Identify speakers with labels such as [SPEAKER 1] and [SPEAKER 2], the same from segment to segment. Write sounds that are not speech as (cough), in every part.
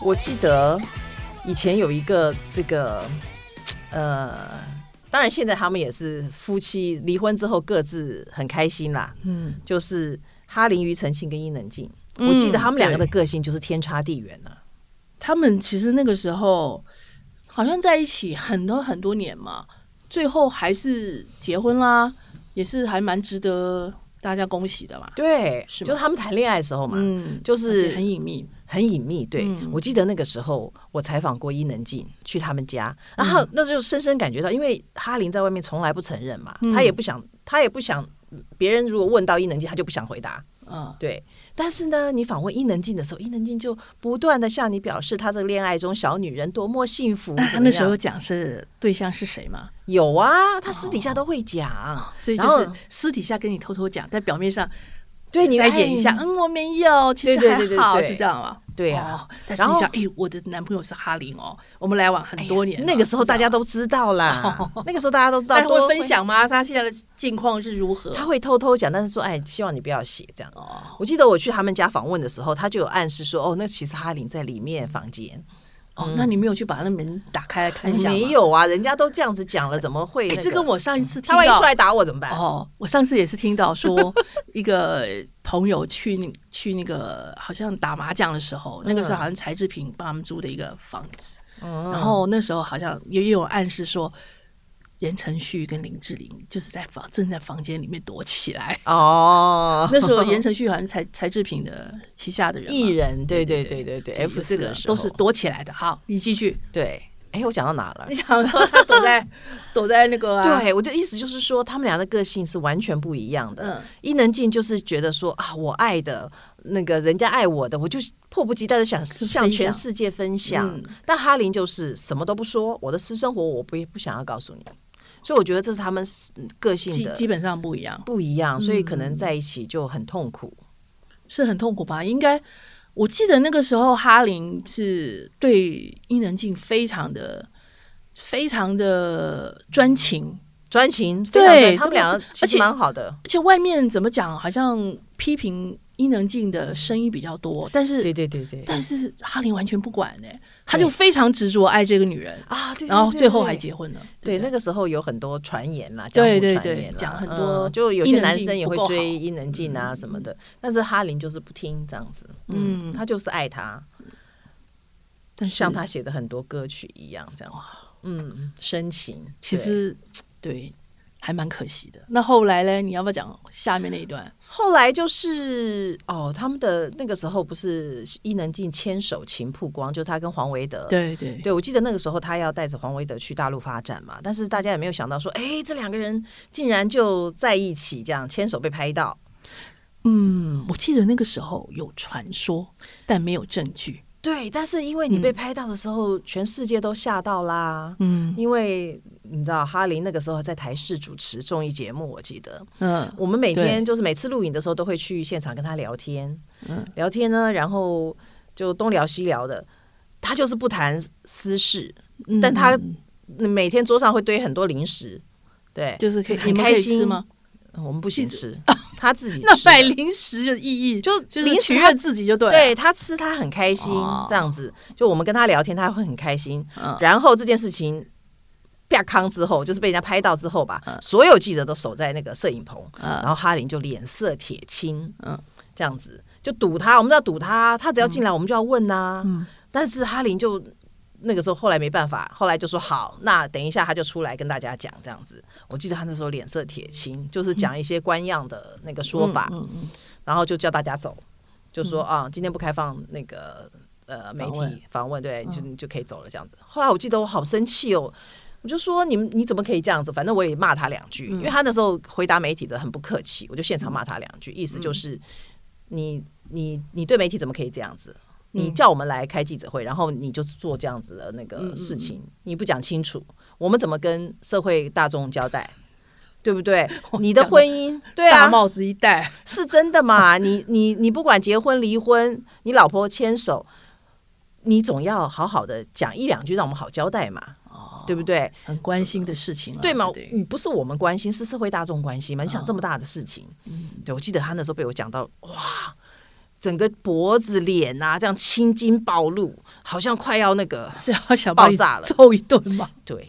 [SPEAKER 1] 我记得以前有一个这个，呃，当然现在他们也是夫妻离婚之后各自很开心啦。
[SPEAKER 2] 嗯，
[SPEAKER 1] 就是哈林、庾澄庆跟伊能静，
[SPEAKER 2] 嗯
[SPEAKER 1] 我记得他们两个的
[SPEAKER 2] 对
[SPEAKER 1] 个性就是天差地远了、啊
[SPEAKER 2] 他们其实那个时候好像在一起很多很多年嘛，最后还是结婚啦，也是还蛮值得大家恭喜的嘛。
[SPEAKER 1] 对，
[SPEAKER 2] 是吗
[SPEAKER 1] 就是他们谈恋爱的时候嘛，
[SPEAKER 2] 嗯，
[SPEAKER 1] 就
[SPEAKER 2] 而且
[SPEAKER 1] 是
[SPEAKER 2] 很隐秘。
[SPEAKER 1] 很隐秘。对、
[SPEAKER 2] 嗯
[SPEAKER 1] 我记得那个时候，我采访过伊能静去他们家，
[SPEAKER 2] 嗯
[SPEAKER 1] 然后那就深深感觉到，因为哈林在外面从来不承认嘛，
[SPEAKER 2] 嗯
[SPEAKER 1] 他也不想，他也不想别人如果问到伊能静，他就不想回答。
[SPEAKER 2] 嗯，
[SPEAKER 1] 对，但是呢，你访问伊能静的时候，伊能静就不断的向你表示，她这个恋爱中小女人多么幸福。
[SPEAKER 2] 那他
[SPEAKER 1] 怎么
[SPEAKER 2] 啊那时
[SPEAKER 1] 样
[SPEAKER 2] 候讲是对象是谁嘛？
[SPEAKER 1] 有啊，她私底下都会讲，
[SPEAKER 2] 哦所以就
[SPEAKER 1] 然后
[SPEAKER 2] 是私底下跟你偷偷讲，但表面上
[SPEAKER 1] 对你
[SPEAKER 2] 再
[SPEAKER 1] 哎
[SPEAKER 2] 演一下，嗯，我没有，其实
[SPEAKER 1] 对对
[SPEAKER 2] 还
[SPEAKER 1] 对对
[SPEAKER 2] 好，
[SPEAKER 1] 对
[SPEAKER 2] 是这样吗？
[SPEAKER 1] 对啊
[SPEAKER 2] 哦，但实
[SPEAKER 1] 然后
[SPEAKER 2] 际上，哎，我的男朋友是哈林哦，我们来往很多年了，
[SPEAKER 1] 那个时候
[SPEAKER 2] 是这
[SPEAKER 1] 大
[SPEAKER 2] 样
[SPEAKER 1] 家都知道啦，那个时候大家都
[SPEAKER 2] (laughs)
[SPEAKER 1] 知道，
[SPEAKER 2] 但哦会
[SPEAKER 1] 多
[SPEAKER 2] 分，享吗？他现在的近况是如何？
[SPEAKER 1] 他会偷偷讲，但是说，哎，希望你不要写这样。
[SPEAKER 2] 哦，
[SPEAKER 1] 我记得我去他们家访问的时候，他就有暗示说，哦，那其实哈林在里面房间，
[SPEAKER 2] 哦，那你没有去把那门打开来看一下吗？
[SPEAKER 1] 嗯没有啊，人家都这样子讲了，怎么会、
[SPEAKER 2] 哎，
[SPEAKER 1] 那个
[SPEAKER 2] 这跟我上一次听
[SPEAKER 1] 他万一
[SPEAKER 2] 到
[SPEAKER 1] 出来打我怎么办？
[SPEAKER 2] 哦，我上次也是听到说一个 (laughs) 朋友去那去那个好像打麻将的时候，那个时候好像柴志平帮他们租的一个房子，
[SPEAKER 1] 嗯
[SPEAKER 2] 然后那时候好像也也有暗示说。言承旭跟林志玲就是在房正在房间里面躲起
[SPEAKER 1] (laughs)
[SPEAKER 2] 来。 (laughs)
[SPEAKER 1] 哦，
[SPEAKER 2] 那时候言承旭好像柴柴志平的旗下的人嘛，
[SPEAKER 1] 艺人，对对
[SPEAKER 2] 对
[SPEAKER 1] 对
[SPEAKER 2] 对
[SPEAKER 1] 对对
[SPEAKER 2] 对
[SPEAKER 1] ，F 四
[SPEAKER 2] 这
[SPEAKER 1] 的
[SPEAKER 2] 个
[SPEAKER 1] 时候
[SPEAKER 2] 都是躲起来的。好，你继续。
[SPEAKER 1] 对。哎，我讲到哪了
[SPEAKER 2] 你？想说他
[SPEAKER 1] (laughs)
[SPEAKER 2] 躲在躲在那个、啊、，
[SPEAKER 1] 对，我的意思就是说，他们俩的个性是完全不一样的。
[SPEAKER 2] 嗯
[SPEAKER 1] 伊能静就是觉得说啊，我爱的那个人家爱我的，我就迫不及待的想向
[SPEAKER 2] 分
[SPEAKER 1] 全
[SPEAKER 2] 享
[SPEAKER 1] 世界分享。
[SPEAKER 2] 嗯
[SPEAKER 1] 但哈林就是什么都不说，我的私生活我不不想要告诉你，所以我觉得这是他们嗯个性
[SPEAKER 2] 基
[SPEAKER 1] 的
[SPEAKER 2] 基本上不一样，
[SPEAKER 1] 不一样，所以可
[SPEAKER 2] 嗯
[SPEAKER 1] 能在一起就很痛苦。
[SPEAKER 2] 是很痛苦吧？应该我记得那个时候，哈林是对伊能静非常的、非常的专情，
[SPEAKER 1] 专情非常
[SPEAKER 2] 对
[SPEAKER 1] 专他们
[SPEAKER 2] 这
[SPEAKER 1] 俩
[SPEAKER 2] 个
[SPEAKER 1] 其
[SPEAKER 2] 而
[SPEAKER 1] 实
[SPEAKER 2] 且
[SPEAKER 1] 蛮好的，
[SPEAKER 2] 而且外面怎么讲，好像批评伊能静的声音比较多，但是
[SPEAKER 1] 对对对对
[SPEAKER 2] 但是哈林完全不管呢、他
[SPEAKER 1] 对
[SPEAKER 2] 就非常执着爱这个女人，
[SPEAKER 1] 啊，对对
[SPEAKER 2] 然后
[SPEAKER 1] 对
[SPEAKER 2] 最后
[SPEAKER 1] 对
[SPEAKER 2] 还结婚了。
[SPEAKER 1] 对，那
[SPEAKER 2] 个
[SPEAKER 1] 个时候有很多传言啦，江湖
[SPEAKER 2] 对对
[SPEAKER 1] 传
[SPEAKER 2] 对
[SPEAKER 1] 言啦
[SPEAKER 2] 讲很多
[SPEAKER 1] 嗯就有
[SPEAKER 2] 伊
[SPEAKER 1] 些
[SPEAKER 2] 能
[SPEAKER 1] 男
[SPEAKER 2] 静
[SPEAKER 1] 生也
[SPEAKER 2] 不
[SPEAKER 1] 会
[SPEAKER 2] 够好
[SPEAKER 1] 追伊能静啊什么的，但是哈林就是不听这样子，嗯，
[SPEAKER 2] 嗯
[SPEAKER 1] 他就是爱他，
[SPEAKER 2] 但是
[SPEAKER 1] 像他写的很多歌曲一样这样子，嗯，深情。
[SPEAKER 2] 其
[SPEAKER 1] 对
[SPEAKER 2] 实对，还蛮可惜的。那后来呢？你要不要讲下面那一段？
[SPEAKER 1] 后来就是哦，他们的那个时候不是伊能静牵手情曝光，就是他跟黄维德。
[SPEAKER 2] 对对
[SPEAKER 1] 对，我记得那个时候他要带着黄维德去大陆发展嘛，但是大家也没有想到说，哎，这两个人竟然就在一起，这样牵手被拍到，
[SPEAKER 2] 嗯，我记得那个时候有传说，但没有证据。
[SPEAKER 1] 对，但是因为你被拍到的时候，全世界都吓到啦。
[SPEAKER 2] 嗯
[SPEAKER 1] 因为你知道，哈林那个时候在台视主持综艺节目，我记得
[SPEAKER 2] 嗯
[SPEAKER 1] 我们每天
[SPEAKER 2] 对
[SPEAKER 1] 就是每次录影的时候都会去现场跟他聊天，
[SPEAKER 2] 嗯
[SPEAKER 1] 聊天呢，然后就东聊西聊的。他就是不谈私事，
[SPEAKER 2] 嗯
[SPEAKER 1] 但他每天桌上会堆很多零食，对，
[SPEAKER 2] 就是可以，
[SPEAKER 1] 很
[SPEAKER 2] 你们
[SPEAKER 1] 开
[SPEAKER 2] 可以
[SPEAKER 1] 心
[SPEAKER 2] 吃吗？？
[SPEAKER 1] 我们不行吃，
[SPEAKER 2] (laughs)
[SPEAKER 1] 他自己
[SPEAKER 2] 嗯那
[SPEAKER 1] 吃的。
[SPEAKER 2] 买零食的意义
[SPEAKER 1] 就
[SPEAKER 2] 就是
[SPEAKER 1] 零食
[SPEAKER 2] 取悦自己就对了。
[SPEAKER 1] 对他吃他很开心，
[SPEAKER 2] 哦
[SPEAKER 1] 这样子就我们跟他聊天，他会很开心。
[SPEAKER 2] 嗯
[SPEAKER 1] 然后这件事情啪康之后，就是被人家拍到之后吧，
[SPEAKER 2] 嗯
[SPEAKER 1] 所有记者都守在那个摄影棚，然
[SPEAKER 2] 嗯
[SPEAKER 1] 后哈林就脸色铁青，
[SPEAKER 2] 嗯
[SPEAKER 1] 这样子就堵他，我们都要堵他，他只要进来我们就要问呐、
[SPEAKER 2] 嗯
[SPEAKER 1] 但是哈林就。那个时候后来没办法，后来就说好，那等一下他就出来跟大家讲这样子。我记得他那时候脸色铁青，就是讲一些官样的那个说法，
[SPEAKER 2] 嗯嗯
[SPEAKER 1] 然后就叫大家走，就说、啊，今天不开放那个呃媒
[SPEAKER 2] 访问嗯
[SPEAKER 1] 体访问，对，你就你就可以走了这样子。后来我记得我好生气哦，我就说你们你怎么可以这样子？反正我也骂他两句，
[SPEAKER 2] 嗯
[SPEAKER 1] 因为他那时候回答媒体的很不客气，我就现场骂他两句，
[SPEAKER 2] 嗯
[SPEAKER 1] 意思就是你你你对媒体怎么可以这样子？
[SPEAKER 2] 嗯
[SPEAKER 1] 你叫我们来开记者会，然后你就是做这样子的那
[SPEAKER 2] 嗯
[SPEAKER 1] 个事情，你不讲清楚，我们怎么跟社会大众交代？对不
[SPEAKER 2] (laughs)
[SPEAKER 1] 对？你的
[SPEAKER 2] 讲得
[SPEAKER 1] 婚姻，对啊，
[SPEAKER 2] 大帽子一戴，
[SPEAKER 1] 是真的嘛？你你你不管结婚离婚，你老婆牵手，你总要好好的讲一两句，让我们好交代嘛，对不对？
[SPEAKER 2] 很关心的事情了，啊
[SPEAKER 1] 对嘛？
[SPEAKER 2] 哦对嗯
[SPEAKER 1] 嗯不是我们关心，是社会大众关心嘛？你想这么大的事情，对我记得他那时候被我讲到，哇，整个脖子、脸啊，这样青筋暴露，好像快要那个。
[SPEAKER 2] 是要想把你
[SPEAKER 1] 爆炸了
[SPEAKER 2] 揍一顿吗？
[SPEAKER 1] 对，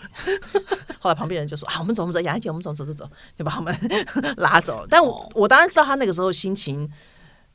[SPEAKER 1] 后来旁边人就说：“啊，我们走，我们走，雅琪，我们走，走走走，就把他们 (laughs) 拉走了。”但
[SPEAKER 2] 哦
[SPEAKER 1] 我我当然知道他那个时候心情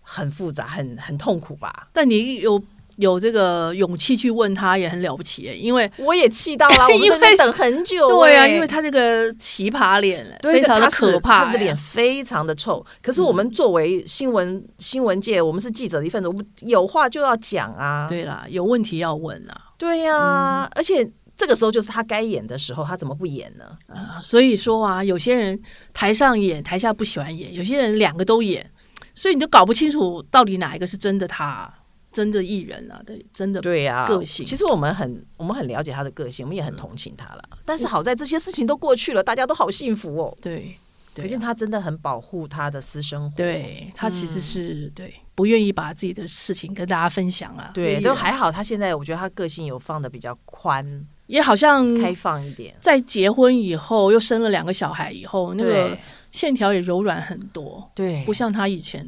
[SPEAKER 1] 很复杂，很很痛苦吧。
[SPEAKER 2] (laughs) 但你有有这个勇气去问他，也很了不起耶，因为
[SPEAKER 1] 我也气到
[SPEAKER 2] (laughs)
[SPEAKER 1] 了，我们在那边等很久、
[SPEAKER 2] 对啊，
[SPEAKER 1] 哎
[SPEAKER 2] 因为他这个奇葩脸
[SPEAKER 1] 对
[SPEAKER 2] 非常的
[SPEAKER 1] 他是
[SPEAKER 2] 可怕耶，欸嗯
[SPEAKER 1] 他的脸非常的臭。可是我们作为新闻、新闻界，我们是记者的一份子，我们有话就要讲啊。
[SPEAKER 2] 对啦，有问题要问啊。
[SPEAKER 1] 对呀、而且这个时候就是他该演的时候，他怎么不演呢？
[SPEAKER 2] 啊所以说啊，有些人台上演，台下不喜欢演；有些人两个都演，所以你就搞不清楚到底哪一个是真的他，真的艺人啊，对，真的
[SPEAKER 1] 对呀、
[SPEAKER 2] 个性嗯
[SPEAKER 1] 其实我们很我们很了解他的个性，我们也很同情他了。但是好在这些事情都过去了，大家都好幸福哦。
[SPEAKER 2] 对对
[SPEAKER 1] 可见
[SPEAKER 2] 啊
[SPEAKER 1] 他真的很保护他的私生活，
[SPEAKER 2] 对他其
[SPEAKER 1] 嗯
[SPEAKER 2] 实是、对不愿意把自己的事情跟大家分享啊。这
[SPEAKER 1] 对，
[SPEAKER 2] 个艺
[SPEAKER 1] 都
[SPEAKER 2] 人
[SPEAKER 1] 还好。他现在我觉得他个性有放的比较宽、
[SPEAKER 2] 也好像
[SPEAKER 1] 开放一点。
[SPEAKER 2] 在结婚以后，又生了两个小孩以后，那个
[SPEAKER 1] 对
[SPEAKER 2] 线条也柔软很多，
[SPEAKER 1] 对，
[SPEAKER 2] 不像他以前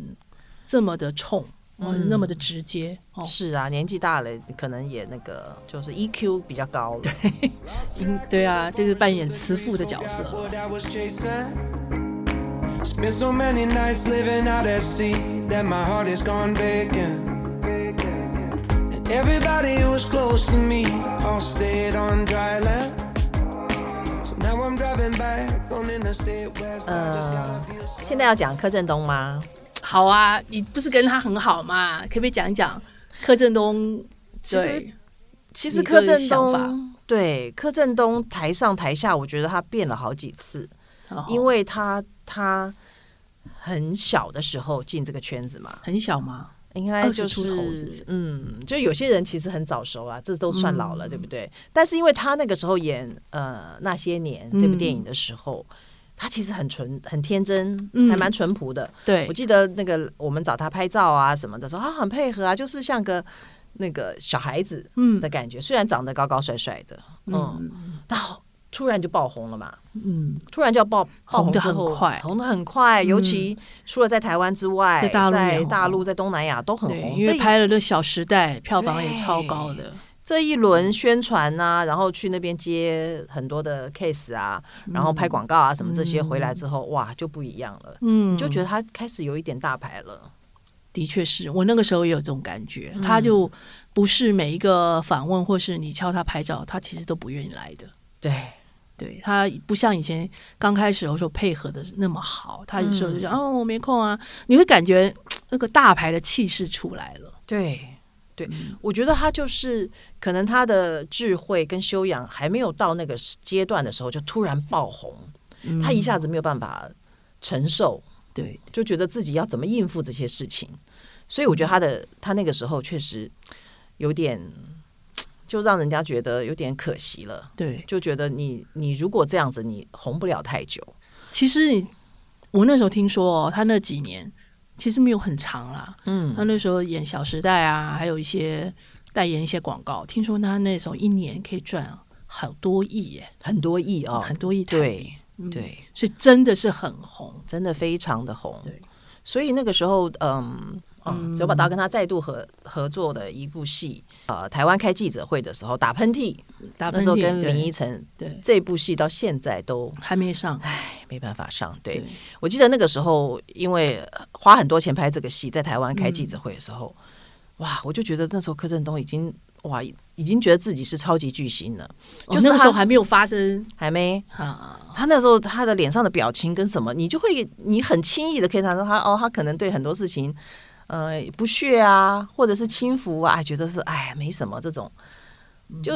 [SPEAKER 2] 这么的冲，哦，
[SPEAKER 1] 嗯
[SPEAKER 2] 那么的直接哦。
[SPEAKER 1] 是啊，年纪大了，可能也那个就是 EQ 比较高了。
[SPEAKER 2] 嗯，对啊，这个扮演慈父的角色
[SPEAKER 3] Forgot What I was chasing. Spent so many nights living out at sea that my heart is gone vacant. And everybody who was close to me all stayed on dry land. So now I'm driving back on Interstate West. I just gotta feel
[SPEAKER 2] 呃
[SPEAKER 3] so
[SPEAKER 1] 现在要讲柯震东
[SPEAKER 2] (laughs)
[SPEAKER 1] 吗？
[SPEAKER 2] 好啊，你不是跟他很好嘛？可不可以讲一讲柯震东？
[SPEAKER 1] 其实
[SPEAKER 2] 对
[SPEAKER 1] 其
[SPEAKER 2] 你
[SPEAKER 1] 实
[SPEAKER 2] 的
[SPEAKER 1] 柯震
[SPEAKER 2] 想
[SPEAKER 1] 东
[SPEAKER 2] 法
[SPEAKER 1] 对柯震东台上台下，我觉得他变了好几次，
[SPEAKER 2] 然后
[SPEAKER 1] 因为他他很小的时候进这个圈子嘛，
[SPEAKER 2] 很小嘛，
[SPEAKER 1] 应该就
[SPEAKER 2] 20出头是
[SPEAKER 1] 是
[SPEAKER 2] 不是
[SPEAKER 1] 嗯，就有些人其实很早熟啊，这都算老了，对不对？但是因为他那个时候演呃那些年这部电影的时候，他其实很纯很天真，
[SPEAKER 2] 嗯
[SPEAKER 1] 还蛮淳朴的。
[SPEAKER 2] 对
[SPEAKER 1] 我记得那个我们找他拍照啊什么的时候，他很配合啊，就是像个那个小孩子
[SPEAKER 2] 嗯
[SPEAKER 1] 的感觉，虽然长得高高帅帅的，嗯，
[SPEAKER 2] 嗯
[SPEAKER 1] 然后突然就爆红了嘛，
[SPEAKER 2] 嗯，
[SPEAKER 1] 突然就要爆爆
[SPEAKER 2] 红
[SPEAKER 1] 红
[SPEAKER 2] 得
[SPEAKER 1] 之
[SPEAKER 2] 很
[SPEAKER 1] 后，
[SPEAKER 2] 快嗯
[SPEAKER 1] 红的很快，尤其除了在台湾之外，
[SPEAKER 2] 在大陆也
[SPEAKER 1] 在
[SPEAKER 2] 红
[SPEAKER 1] 大陆、在东南亚都很
[SPEAKER 2] 对，
[SPEAKER 1] 红，
[SPEAKER 2] 因
[SPEAKER 1] 这
[SPEAKER 2] 为
[SPEAKER 1] 一
[SPEAKER 2] 拍了《个小时代》，票房也超高的，
[SPEAKER 1] 这一轮宣传啊，然后去那边接很多的 case 啊，
[SPEAKER 2] 嗯
[SPEAKER 1] 然后拍广告啊什么这些，回来之后哇就不一样了，
[SPEAKER 2] 嗯，
[SPEAKER 1] 你就觉
[SPEAKER 2] 得
[SPEAKER 1] 得他开始有一点大牌了，
[SPEAKER 2] 的确是我那个时候也有这种感觉，他就不是每一个访问或是你敲他拍照，他其实都不愿意来的。
[SPEAKER 1] 对。
[SPEAKER 2] 对他不像以前刚开始的时候配合的那么好，他有时
[SPEAKER 1] 嗯
[SPEAKER 2] 候就讲、哦我没空啊，你会感觉那个大牌的气势出来了。
[SPEAKER 1] 对对，
[SPEAKER 2] 嗯
[SPEAKER 1] 我觉得他就是可能他的智慧跟修养还没有到那个时阶段的时候，就突然爆红，
[SPEAKER 2] 嗯
[SPEAKER 1] 他一下子没有办法承受，
[SPEAKER 2] 对，
[SPEAKER 1] 就觉得自己要怎么应付这些事情，所以我觉得他的他那个时候确实有点，就让人家觉得有点可惜了。
[SPEAKER 2] 对，
[SPEAKER 1] 就觉得你你如果这样子，你红不了太久。
[SPEAKER 2] 其实你我那时候听说、哦，他那几年其实没有很长啦，
[SPEAKER 1] 嗯
[SPEAKER 2] 他那时候演《小时代》啊，还有一些代言一些广告，听说他那时候一年可以赚好多亿耶，
[SPEAKER 1] 很多亿哦，
[SPEAKER 2] 很嗯多亿台币，
[SPEAKER 1] 对对，
[SPEAKER 2] 所以真的是很红。
[SPEAKER 1] 真的非常的红。
[SPEAKER 2] 对，
[SPEAKER 1] 所以那个时候，嗯。啊，九把刀跟他再度合合作的一部戏，呃，台湾开记者会的时候打喷嚏，
[SPEAKER 2] 打
[SPEAKER 1] 那时候
[SPEAKER 2] 喷嚏
[SPEAKER 1] 跟
[SPEAKER 2] 对
[SPEAKER 1] 林依晨
[SPEAKER 2] 对
[SPEAKER 1] 这部戏到现在都
[SPEAKER 2] 还没上，
[SPEAKER 1] 唉没办法上。对
[SPEAKER 2] 对
[SPEAKER 1] 我记得那个时候，因为呃花很多钱拍这个戏，在台湾开记者会的时候，哇，我就觉得那时候柯震东已经哇已经觉得自己是超级巨星了，
[SPEAKER 2] 哦
[SPEAKER 1] 就是
[SPEAKER 2] 那个
[SPEAKER 1] 他
[SPEAKER 2] 时候还没有发生
[SPEAKER 1] 还没
[SPEAKER 2] 啊。
[SPEAKER 1] 他那时候他的脸上的表情跟什么，你就会你很轻易的可以看到他哦，他可能对很多事情，呃，不屑啊，或者是轻浮啊，哎觉得是哎没什么这种，就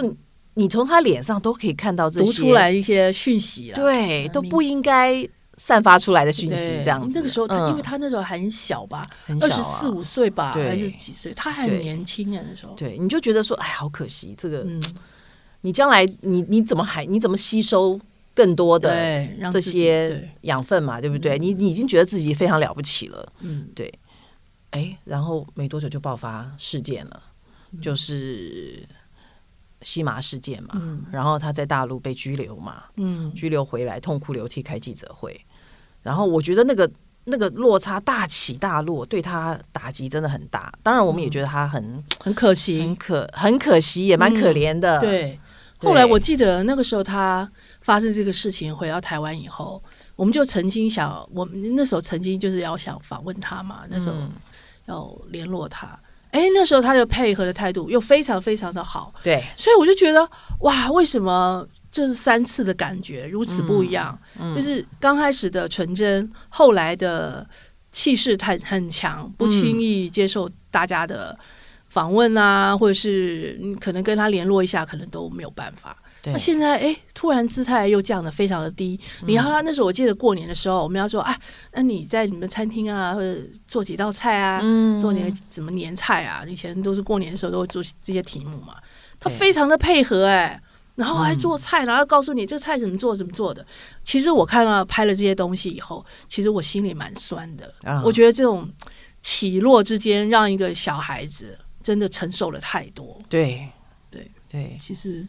[SPEAKER 1] 你从他脸上都可以看到这
[SPEAKER 2] 嗯读
[SPEAKER 1] 些
[SPEAKER 2] 出来一些讯息啦，
[SPEAKER 1] 对
[SPEAKER 2] 嗯
[SPEAKER 1] 都不应该散发出来的讯息，这
[SPEAKER 2] 对
[SPEAKER 1] 样子。
[SPEAKER 2] 那个时候他，
[SPEAKER 1] 嗯
[SPEAKER 2] 因为他那时候很小吧，
[SPEAKER 1] 很
[SPEAKER 2] 二
[SPEAKER 1] 小啊
[SPEAKER 2] 十四五岁吧，
[SPEAKER 1] 对
[SPEAKER 2] 还是几岁？他还
[SPEAKER 1] 对
[SPEAKER 2] 很年轻啊，那时候。
[SPEAKER 1] 对，你就觉得说，哎，好可惜，这个、
[SPEAKER 2] 嗯，
[SPEAKER 1] 你将来你你怎么还你怎么吸收更多的
[SPEAKER 2] 对，让
[SPEAKER 1] 这
[SPEAKER 2] 自己
[SPEAKER 1] 些
[SPEAKER 2] 对
[SPEAKER 1] 养分嘛，对不对？你你已经觉得自己非常了不起了。
[SPEAKER 2] 嗯，
[SPEAKER 1] 对，哎，然后没多久就爆发事件了，
[SPEAKER 2] 嗯
[SPEAKER 1] 就是西麻事件嘛。
[SPEAKER 2] 嗯
[SPEAKER 1] 然后他在大陆被拘留嘛，
[SPEAKER 2] 嗯，
[SPEAKER 1] 拘留回来痛哭流涕开记者会。然后我觉得那个那个落差大起大落，对他打击真的很大。当然，我们
[SPEAKER 2] 嗯
[SPEAKER 1] 也觉得他很、
[SPEAKER 2] 很可
[SPEAKER 1] 很
[SPEAKER 2] 惜。
[SPEAKER 1] 可很可惜，也蛮可怜的。
[SPEAKER 2] 嗯对，
[SPEAKER 1] 对
[SPEAKER 2] 后来我记得那个时候他发生这个事情回到台湾以后，我们就曾经想，我们那时候曾经就是要想访问他嘛，那时候
[SPEAKER 1] 嗯
[SPEAKER 2] 要联络他。哎、那时候他的配合的态度又非常非常的好，
[SPEAKER 1] 对，
[SPEAKER 2] 所以我就觉得哇，为什么这三次的感觉如此不一样？就是刚开始的纯真，后来的气势很很强，不轻易接受大家的访问啊，或者是你可能跟他联络一下，可能都没有办法。
[SPEAKER 1] 对
[SPEAKER 2] 那现在哎，突然姿态又降得非常的低。
[SPEAKER 1] 嗯
[SPEAKER 2] 你看他那时候，我记得过年的时候，我们要说哎，那你在你们餐厅啊，或者做几道菜啊，
[SPEAKER 1] 嗯
[SPEAKER 2] 做年什么年菜啊，以前都是过年的时候都会做这些题目嘛。他
[SPEAKER 1] 对嗯
[SPEAKER 2] 非常的配合哎、然后还做菜，然后告诉你这菜怎么做怎么做的。其实我看了拍了这些东西以后，其实我心里蛮酸的。
[SPEAKER 1] 啊
[SPEAKER 2] 我觉得这种起落之间，让一个小孩子真的承受了太多，
[SPEAKER 1] 对
[SPEAKER 2] 对
[SPEAKER 1] 对，
[SPEAKER 2] 其实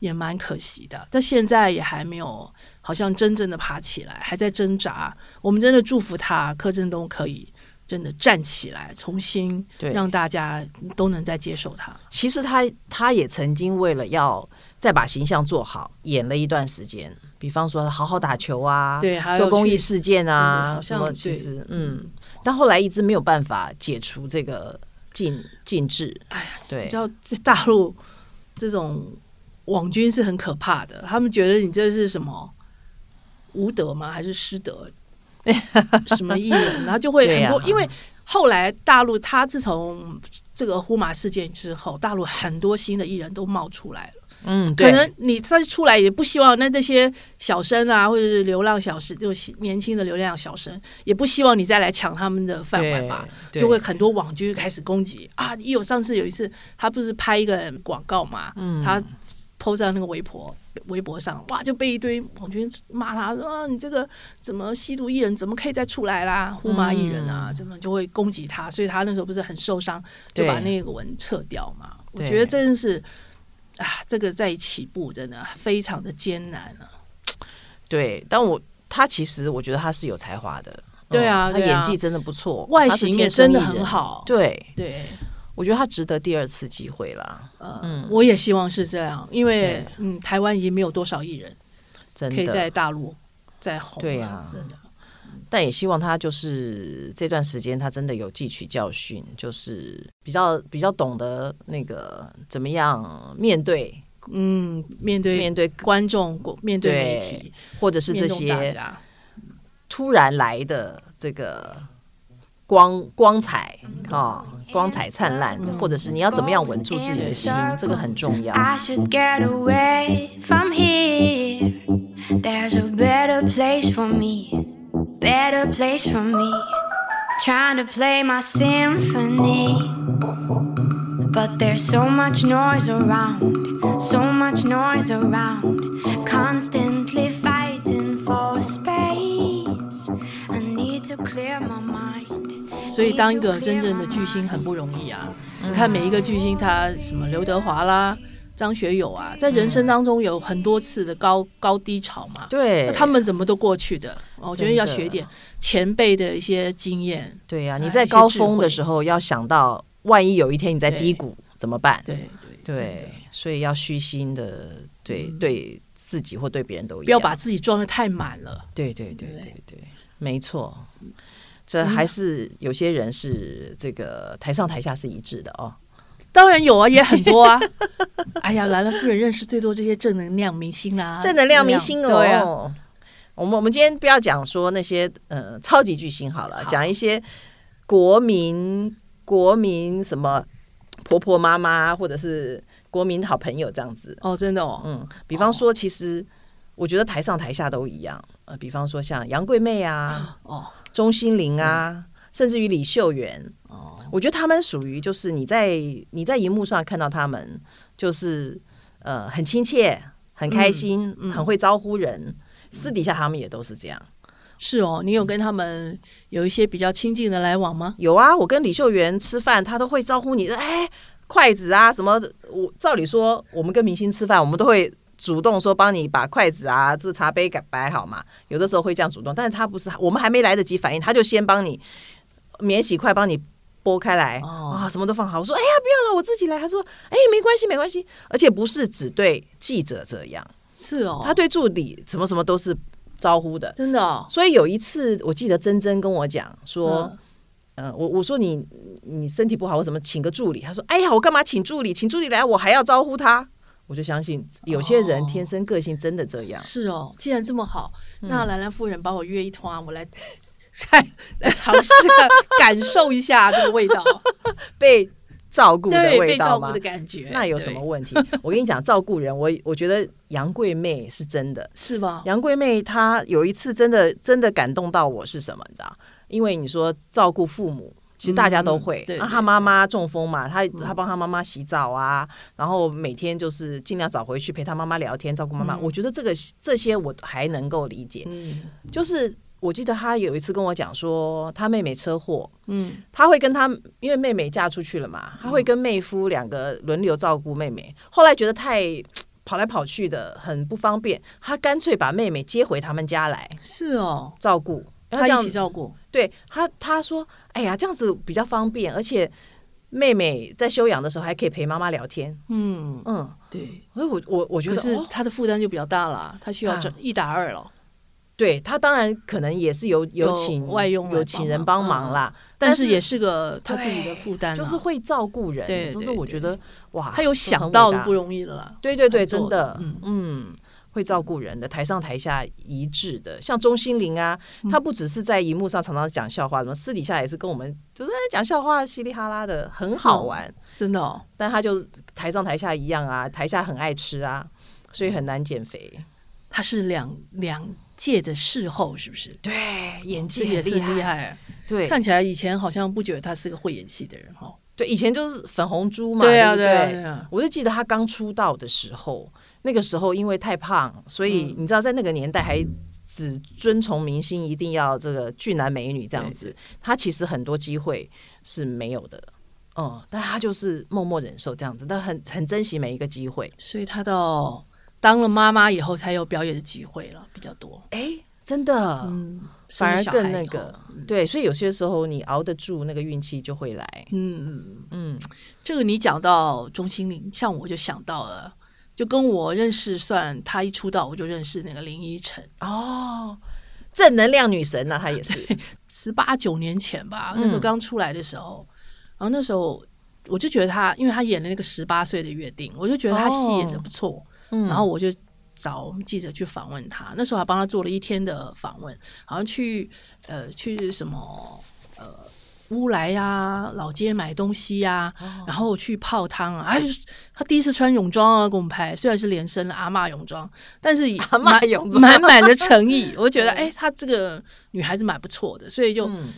[SPEAKER 2] 也蛮可惜的。但现在也还没有，好像真正的爬起来，还在挣扎。我们真的祝福他，柯震东可以真的站起来，重新
[SPEAKER 1] 对
[SPEAKER 2] 让大家都能再接受他。
[SPEAKER 1] 其实他他也曾经为了要再把形象做好，演了一段时间。比方说好好打球啊，
[SPEAKER 2] 对还有
[SPEAKER 1] 做公益
[SPEAKER 2] 去
[SPEAKER 1] 事件
[SPEAKER 2] 嗯
[SPEAKER 1] 啊，
[SPEAKER 2] 好
[SPEAKER 1] 什
[SPEAKER 2] 像
[SPEAKER 1] 么
[SPEAKER 2] 对
[SPEAKER 1] 其实嗯，但后来一直没有办法解除这个禁禁制。
[SPEAKER 2] 哎呀，
[SPEAKER 1] 对
[SPEAKER 2] 你知道在大陆这种网军是很可怕的，他们觉得你这是什么无德吗？还是
[SPEAKER 1] (laughs)
[SPEAKER 2] 失德？什么艺人？然后就会
[SPEAKER 1] 对
[SPEAKER 2] 很
[SPEAKER 1] 呀
[SPEAKER 2] 多，因为后来大陆他自从这个呼马事件之后，大陆很多新的艺人都冒出来了。
[SPEAKER 1] 嗯，
[SPEAKER 2] 可
[SPEAKER 1] 对
[SPEAKER 2] 能你他出来也不希望那那些小生啊，或者是流浪小生，就是年轻的流浪小生，也不希望你再来抢他们的饭碗吧。
[SPEAKER 1] 对
[SPEAKER 2] 就会很多网军开始攻击啊！一有上次有一次，他不是拍一个广告嘛，
[SPEAKER 1] 嗯
[SPEAKER 2] 他 PO 上那个微博，微博上哇，就被一堆网军骂他说、啊、你这个怎么吸毒艺人怎么可以再出来啦，呼麻艺人
[SPEAKER 1] 嗯
[SPEAKER 2] 啊，怎么就会攻击他，所以他那时候不是很受伤，就
[SPEAKER 1] 对
[SPEAKER 2] 把那个文撤掉嘛。我
[SPEAKER 1] 对
[SPEAKER 2] 觉得真的是啊，这个在起步真的非常的艰难啊。
[SPEAKER 1] 对，但我他其实我觉得他是有才华的，
[SPEAKER 2] 对啊
[SPEAKER 1] 嗯他
[SPEAKER 2] 对啊
[SPEAKER 1] 演技真的不错，
[SPEAKER 2] 外
[SPEAKER 1] 他是
[SPEAKER 2] 形也
[SPEAKER 1] 天生
[SPEAKER 2] 真的
[SPEAKER 1] 艺人
[SPEAKER 2] 很好
[SPEAKER 1] 对，
[SPEAKER 2] 对，
[SPEAKER 1] 我觉得他值得第二次机会啦，
[SPEAKER 2] 呃，
[SPEAKER 1] 嗯
[SPEAKER 2] 我也希望是这样，因为嗯，台湾已经没有多少艺人。
[SPEAKER 1] 真
[SPEAKER 2] 可以在
[SPEAKER 1] 的。
[SPEAKER 2] 大陆再红了。
[SPEAKER 1] 对啊呀
[SPEAKER 2] 真的，
[SPEAKER 1] 但也希望他就是这段时间他真的有汲取教训，就是比较比较懂得那个怎么样面对
[SPEAKER 2] 嗯，面对
[SPEAKER 1] 面对，
[SPEAKER 2] 观众、面对媒体，
[SPEAKER 1] 或者是这
[SPEAKER 2] 面对大
[SPEAKER 1] 些
[SPEAKER 2] 家
[SPEAKER 1] 突然来的这个光光彩啊、光彩灿烂，或者是你要怎么样稳住自己的心，这个很重要。
[SPEAKER 4] I should get away from here. There's a better place for me, better place for me. Trying to play my symphony, but there's so much noise around, so much noise around. Constantly fighting for space. I need to clear my mind.
[SPEAKER 2] 所以当一个真正的巨星很不容易啊！
[SPEAKER 1] 嗯
[SPEAKER 2] 你看每一个巨星，他什么刘德华啦、张学友啊，在人
[SPEAKER 1] 嗯
[SPEAKER 2] 生当中有很多次的高高低潮嘛。
[SPEAKER 1] 对
[SPEAKER 2] 那，他们怎么都过去的，哦我觉
[SPEAKER 1] 真
[SPEAKER 2] 得
[SPEAKER 1] 的
[SPEAKER 2] 要学点前辈的一些经验。
[SPEAKER 1] 对呀、
[SPEAKER 2] 呃
[SPEAKER 1] 你在
[SPEAKER 2] 一些
[SPEAKER 1] 高
[SPEAKER 2] 智
[SPEAKER 1] 峰的
[SPEAKER 2] 慧
[SPEAKER 1] 时候要想到，万一有一天你在
[SPEAKER 2] 对
[SPEAKER 1] 低谷怎么办？
[SPEAKER 2] 对对真的嗯
[SPEAKER 1] 对，所以要虚心的，对、对自己或对别人都一样。
[SPEAKER 2] 不要把自己装的太满了。
[SPEAKER 1] 对对对
[SPEAKER 2] 对嗯
[SPEAKER 1] 对对，没错。这还是有些人是这个台上台下是一致的哦。
[SPEAKER 2] 当然有啊，也很多啊。 (laughs) 哎呀，兰兰夫人认识最多这些正能量明星啦、
[SPEAKER 1] 正能量明星
[SPEAKER 2] 啊对啊
[SPEAKER 1] 哦。我们我们今天不要讲说那些呃超级巨星好了，讲一些国民国民什么婆婆妈妈或者是国民好朋友这样子。
[SPEAKER 2] 哦，真的哦，
[SPEAKER 1] 嗯，比方说，其实我觉得台上台下都一样。呃，比方说像杨贵妹啊、
[SPEAKER 2] 哦，嗯
[SPEAKER 1] 钟欣凌啊，甚至于李秀媛，
[SPEAKER 2] 哦，
[SPEAKER 1] 我觉得他们属于就是你在你在荧幕上看到他们，就是呃很亲切、很开心、
[SPEAKER 2] 嗯
[SPEAKER 1] 很会招呼人。私底下他们也都是这样。
[SPEAKER 2] 是哦，你有跟他们有一些比较亲近的来往吗？
[SPEAKER 1] 有啊，我跟李秀媛吃饭，她都会招呼你，哎，筷子啊什么的。我照理说，我们跟明星吃饭，我们都会主动说帮你把筷子啊、这茶杯给摆好嘛，有的时候会这样主动，但是他不是，我们还没来得及反应，他就先帮你免洗筷，帮你剥开来，啊、
[SPEAKER 2] 哦
[SPEAKER 1] 什么都放好。我说哎呀，不要了，我自己来。他说哎，没关系，没关系，而且不是只对记者这样，
[SPEAKER 2] 是哦，
[SPEAKER 1] 他对助理什么什么都是招呼的。
[SPEAKER 2] 真的哦，
[SPEAKER 1] 所以有一次，我记得珍珍跟我讲说。
[SPEAKER 2] 嗯
[SPEAKER 1] 呃，我我说你你身体不好，我怎么请个助理？他说：“哎呀，我干嘛请助理？请助理来，我还要招呼他。”我就相信有些人
[SPEAKER 2] 哦
[SPEAKER 1] 天生个性真的这样。
[SPEAKER 2] 是哦，既然这么好，
[SPEAKER 1] 嗯
[SPEAKER 2] 那兰兰夫人把我约一通啊，我来 (laughs) 来来尝试看感受一下这个味道，
[SPEAKER 1] 被照顾的
[SPEAKER 2] 对，被
[SPEAKER 1] 味
[SPEAKER 2] 照
[SPEAKER 1] 道
[SPEAKER 2] 顾
[SPEAKER 1] 吗
[SPEAKER 2] 的？感觉，
[SPEAKER 1] 那有什
[SPEAKER 2] 对
[SPEAKER 1] 么问题？我跟你讲，照顾人，我我觉得杨贵妹是真的。
[SPEAKER 2] 是吧？
[SPEAKER 1] 杨贵妹她有一次真的真的感动到我是什么？你知道？因为你说照顾父母，其实大家都会
[SPEAKER 2] 嗯。对
[SPEAKER 1] 啊，
[SPEAKER 2] 对
[SPEAKER 1] 她妈妈中风嘛，她她帮她妈妈洗澡啊，然后每天就是尽量早回去陪她妈妈聊天，照顾妈妈。我觉得这个这些我还能够理解。
[SPEAKER 2] 嗯
[SPEAKER 1] 就是我记得她有一次跟我讲说，她妹妹车祸，
[SPEAKER 2] 嗯，
[SPEAKER 1] 他会跟他，因为妹妹嫁出去了嘛，他会跟妹夫两个轮流照顾妹妹。后来觉得太跑来跑去的很不方便，他干脆把妹妹接回他们家来
[SPEAKER 2] 是哦，
[SPEAKER 1] 照顾。然后
[SPEAKER 2] 他
[SPEAKER 1] 这
[SPEAKER 2] 一
[SPEAKER 1] 样
[SPEAKER 2] 起照顾，
[SPEAKER 1] 对他，他说：“哎呀，这样子比较方便，而且妹妹在休养的时候还可以陪妈妈聊天。
[SPEAKER 2] 嗯”，
[SPEAKER 1] 嗯，
[SPEAKER 2] 对。
[SPEAKER 1] 所以我我我觉
[SPEAKER 2] 可
[SPEAKER 1] 得
[SPEAKER 2] 是
[SPEAKER 1] 哦
[SPEAKER 2] 他的负担就比较大了，他需要
[SPEAKER 1] 啊
[SPEAKER 2] 这一打二了。
[SPEAKER 1] 对他当然可能也是有有
[SPEAKER 2] 有
[SPEAKER 1] 请
[SPEAKER 2] 外佣来
[SPEAKER 1] 有请人帮
[SPEAKER 2] 帮忙嗯
[SPEAKER 1] 忙啦，
[SPEAKER 2] 但
[SPEAKER 1] 但
[SPEAKER 2] 是
[SPEAKER 1] 是
[SPEAKER 2] 也是个他自己的负担啦，
[SPEAKER 1] 就是会照顾人。
[SPEAKER 2] 对
[SPEAKER 1] 就是
[SPEAKER 2] 对
[SPEAKER 1] 我觉得哇，
[SPEAKER 2] 他有
[SPEAKER 1] 这很
[SPEAKER 2] 想
[SPEAKER 1] 伟
[SPEAKER 2] 到
[SPEAKER 1] 大
[SPEAKER 2] 不容易了啦。
[SPEAKER 1] 对对对，
[SPEAKER 2] 合作
[SPEAKER 1] 真的
[SPEAKER 2] 的，嗯
[SPEAKER 1] 嗯，会照顾人的，台上台下一致的，像钟欣凌啊，
[SPEAKER 2] 嗯
[SPEAKER 1] 她不只是在荧幕上常常讲笑话，什么私底下也是跟我们就是哎讲笑话，稀里哈啦的，很好玩。
[SPEAKER 2] 真的哦，
[SPEAKER 1] 但她就台上台下一样啊，台下很爱吃啊，所以很难减肥。
[SPEAKER 2] 他是两两届的事后，是不是？
[SPEAKER 1] 对，演
[SPEAKER 2] 这
[SPEAKER 1] 技
[SPEAKER 2] 也
[SPEAKER 1] 很
[SPEAKER 2] 是
[SPEAKER 1] 厉
[SPEAKER 2] 很厉
[SPEAKER 1] 害。
[SPEAKER 2] 害。
[SPEAKER 1] 对，
[SPEAKER 2] 看起来以前好像不觉得他是个会演戏的人哦。
[SPEAKER 1] 对，以前就是粉红猪嘛，
[SPEAKER 2] 对啊
[SPEAKER 1] 不
[SPEAKER 2] 对啊对啊
[SPEAKER 1] 我就记得他刚出道的时候，那个时候因为太胖，所
[SPEAKER 2] 嗯
[SPEAKER 1] 以你知道，在那个年代还只遵从明星一定要这个俊男美女这样子，他其实很多机会是没有的。嗯，但他就是默默忍受这样子，但很很珍惜每一个机会。
[SPEAKER 2] 所以他到当了妈妈以后才有表演的机会了，比较多。
[SPEAKER 1] 哎，真的，
[SPEAKER 2] 嗯，
[SPEAKER 1] 反而
[SPEAKER 2] 生了小孩嗯
[SPEAKER 1] 更那
[SPEAKER 2] 以后
[SPEAKER 1] 个。对，所以有些时候你熬得住，那个运气就会来。
[SPEAKER 2] 嗯，嗯，
[SPEAKER 1] 嗯，
[SPEAKER 2] 这个你讲到钟欣凌，像我就想到了，就跟我认识算他一出道我就认识那个林依晨，
[SPEAKER 1] 哦，正能量女神啊呐、她也
[SPEAKER 2] (laughs)
[SPEAKER 1] 是。
[SPEAKER 2] 十八九年前吧，那时候刚出来的时候，然后那时候我就觉得他，因为他演的那个十八岁的约定，我就觉得他戏演的不错，
[SPEAKER 1] 嗯
[SPEAKER 2] 然后我就找我们记者去访问他，那时候还帮他做了一天的访问，好像去呃去什么呃乌来呀、老街买东西呀、
[SPEAKER 1] 哦
[SPEAKER 2] 然后去泡汤啊，他 (laughs) 就他第一次穿泳装啊给我们拍，虽然是连身的阿嬷泳装，
[SPEAKER 1] (laughs)
[SPEAKER 2] 但是也
[SPEAKER 1] 阿嬷
[SPEAKER 2] 满
[SPEAKER 1] 泳装
[SPEAKER 2] 满满的诚意， (laughs) 我就觉得哎，她这个女孩子蛮不错的，所以就。
[SPEAKER 1] 嗯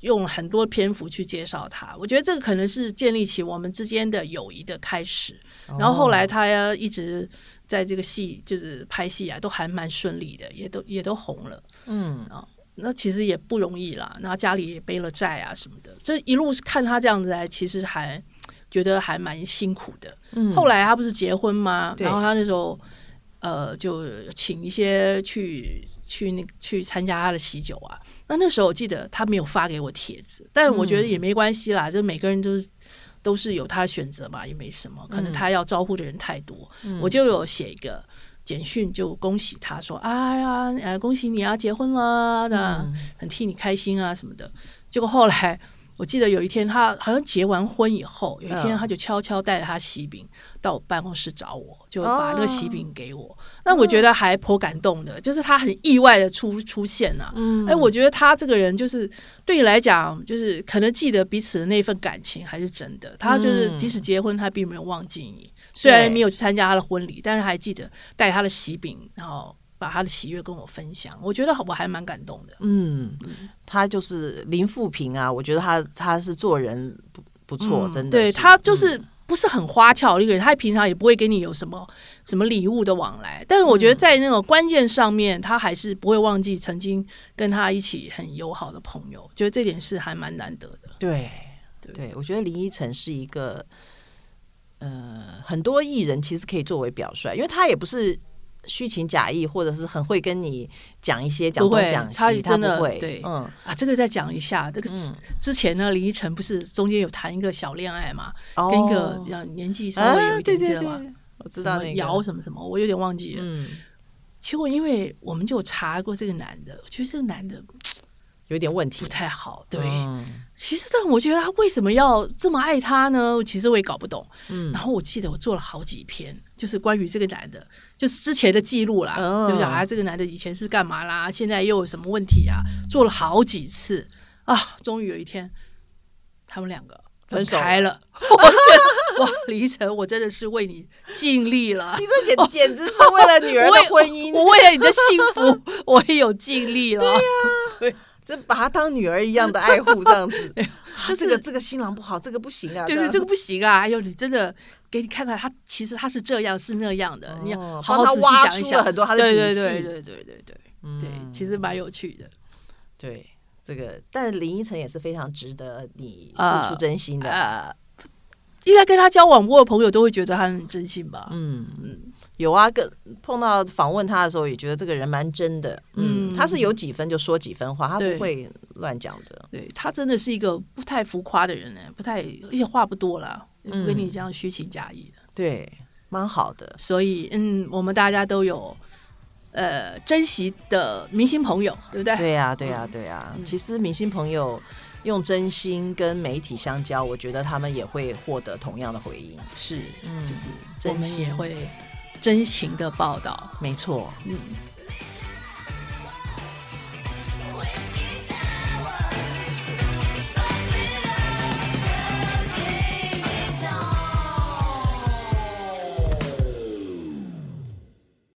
[SPEAKER 2] 用很多篇幅去介绍她。我觉得这个可能是建立起我们之间的友谊的开始。
[SPEAKER 1] 哦
[SPEAKER 2] 然后后来他一直在这个戏就是拍戏啊，都还蛮顺利的，也都也都红了。
[SPEAKER 1] 嗯，
[SPEAKER 2] 那其实也不容易啦，然后家里也背了债啊什么的，这一路看他这样子来，其实还觉得还蛮辛苦的。
[SPEAKER 1] 嗯
[SPEAKER 2] 后来他不是结婚吗？
[SPEAKER 1] 对
[SPEAKER 2] 然后他那时候呃，就请一些去去那去参加他的喜酒啊。那那时候我记得他没有发给我帖子，但我觉得也
[SPEAKER 1] 嗯
[SPEAKER 2] 没关系啦，就每个人都是都是有他的选择嘛，也没什么。
[SPEAKER 1] 嗯
[SPEAKER 2] 可能他要招呼的人太多，我就有写一个。简讯就恭喜他说：“哎呀，呃，恭喜你啊，结婚了，
[SPEAKER 1] 嗯
[SPEAKER 2] 那很替你开心啊什么的。”结果后来，我记得有一天他好像结完婚以后，有一天
[SPEAKER 1] 嗯
[SPEAKER 2] 他就悄悄带着他喜饼到我办公室找我，就把那个喜饼给
[SPEAKER 1] 哦
[SPEAKER 2] 我。那我觉得还颇感动的，就是他很意外的出出现呐、嗯，哎，我觉得他这个人就是对你来讲，就是可能记得彼此的那份感情还是真的。他就是
[SPEAKER 1] 嗯
[SPEAKER 2] 即使结婚，他并没有忘记你，虽然没有去参加他的婚礼，但是还记得带他的喜饼，然后把他的喜悦跟我分享。我觉得我还蛮感动的。
[SPEAKER 1] 嗯，他就是林富平啊，我觉得他他是做人不不错，真的
[SPEAKER 2] 嗯对
[SPEAKER 1] 是。嗯
[SPEAKER 2] 他就是不是很花俏的一个人，他平常也不会跟你有什么什么礼物的往来。但是我觉
[SPEAKER 1] 嗯
[SPEAKER 2] 得在那种关键上面，他还是不会忘记曾经跟他一起很友好的朋友，觉得这点是还蛮难得的。
[SPEAKER 1] 嗯对
[SPEAKER 2] 对
[SPEAKER 1] 对，我觉得林依晨是一个，呃，很多艺人其实可以作为表率，因为他也不是虚情假意，或者是很会跟你讲一些讲
[SPEAKER 2] 不
[SPEAKER 1] 东
[SPEAKER 2] 会
[SPEAKER 1] 讲，西，
[SPEAKER 2] 他
[SPEAKER 1] 他
[SPEAKER 2] 真的
[SPEAKER 1] 不会
[SPEAKER 2] 对，
[SPEAKER 1] 嗯，
[SPEAKER 2] 啊，这个再讲一下，这个之之前呢，林依晨不是中间有谈一个小恋爱嘛，
[SPEAKER 1] 哦
[SPEAKER 2] 跟一个呃年纪稍微有
[SPEAKER 1] 啊
[SPEAKER 2] 一
[SPEAKER 1] 对
[SPEAKER 2] 点
[SPEAKER 1] 对
[SPEAKER 2] 记得吗？
[SPEAKER 1] 对，我知道
[SPEAKER 2] 什么
[SPEAKER 1] 那
[SPEAKER 2] 姚
[SPEAKER 1] 个，
[SPEAKER 2] 什么什么，我有点忘记了。
[SPEAKER 1] 嗯，
[SPEAKER 2] 结果因为我们就有查过这个男的，我觉得这个男的
[SPEAKER 1] 有点问
[SPEAKER 2] 不
[SPEAKER 1] 题，
[SPEAKER 2] 太好，对，
[SPEAKER 1] 嗯
[SPEAKER 2] 其实，但我觉得他为什么要这么爱他呢？我其实我也搞不懂。
[SPEAKER 1] 嗯
[SPEAKER 2] 然后我记得我做了好几篇，就是关于这个男的，就是之前的记录啦，
[SPEAKER 1] 哦
[SPEAKER 2] 就讲啊，这个男的以前是干嘛啦，现在又有什么问题啊？做了好几次啊，终于有一天，他们两个
[SPEAKER 1] 分手
[SPEAKER 2] 开了。 (laughs) 我觉得哇，李依晨，我真的是为你尽力了
[SPEAKER 1] 你。这简简直是为了女儿的婚姻，
[SPEAKER 2] 我为了你的幸
[SPEAKER 1] (laughs)
[SPEAKER 2] 福，我也有尽力了。对 (laughs) 呀、对。
[SPEAKER 1] 这把她当女儿一样的爱护，这样
[SPEAKER 2] (laughs)
[SPEAKER 1] 子，啊
[SPEAKER 2] 就是
[SPEAKER 1] 这个这个新郎不好，这个不行啊，
[SPEAKER 2] 对对，
[SPEAKER 1] 样
[SPEAKER 2] 这个不行啊！哎呦，你真的给你看看他，其实他是这样是那样的，你要
[SPEAKER 1] 哦
[SPEAKER 2] 好
[SPEAKER 1] 帮他
[SPEAKER 2] 好仔细
[SPEAKER 1] 挖
[SPEAKER 2] 想一
[SPEAKER 1] 出
[SPEAKER 2] 想
[SPEAKER 1] 了很多他的
[SPEAKER 2] 对对
[SPEAKER 1] 底
[SPEAKER 2] 对
[SPEAKER 1] 细嗯
[SPEAKER 2] 对对对对对，其实蛮有趣的。
[SPEAKER 1] 对这个，但林依晨也是非常值得你
[SPEAKER 2] 啊
[SPEAKER 1] 付出真心的，
[SPEAKER 2] 呃，应该跟他交往过的朋友都会觉得他很真心吧？
[SPEAKER 1] 嗯嗯，有啊，跟碰到访问他的时候，也觉得这个人蛮真的。嗯，
[SPEAKER 2] 嗯
[SPEAKER 1] 他是有几分就说几分话，他
[SPEAKER 2] 对
[SPEAKER 1] 不会乱讲的。
[SPEAKER 2] 对他真的是一个不太浮夸的人呢，不太而且话不多啦，不跟
[SPEAKER 1] 嗯
[SPEAKER 2] 你这样虚情假意的。
[SPEAKER 1] 对，蛮好的。
[SPEAKER 2] 所以，嗯，我们大家都有呃珍惜的明星朋友，对不对？
[SPEAKER 1] 对呀、啊对呀、对呀、
[SPEAKER 2] 嗯
[SPEAKER 1] 其实明星朋友用真心跟媒体相交，我觉得他们也会获得同样的回应。
[SPEAKER 2] 是，
[SPEAKER 1] 嗯
[SPEAKER 2] 就是我
[SPEAKER 1] 真
[SPEAKER 2] 们也
[SPEAKER 1] 心
[SPEAKER 2] 会真情的报道。
[SPEAKER 1] 没错，
[SPEAKER 2] 嗯，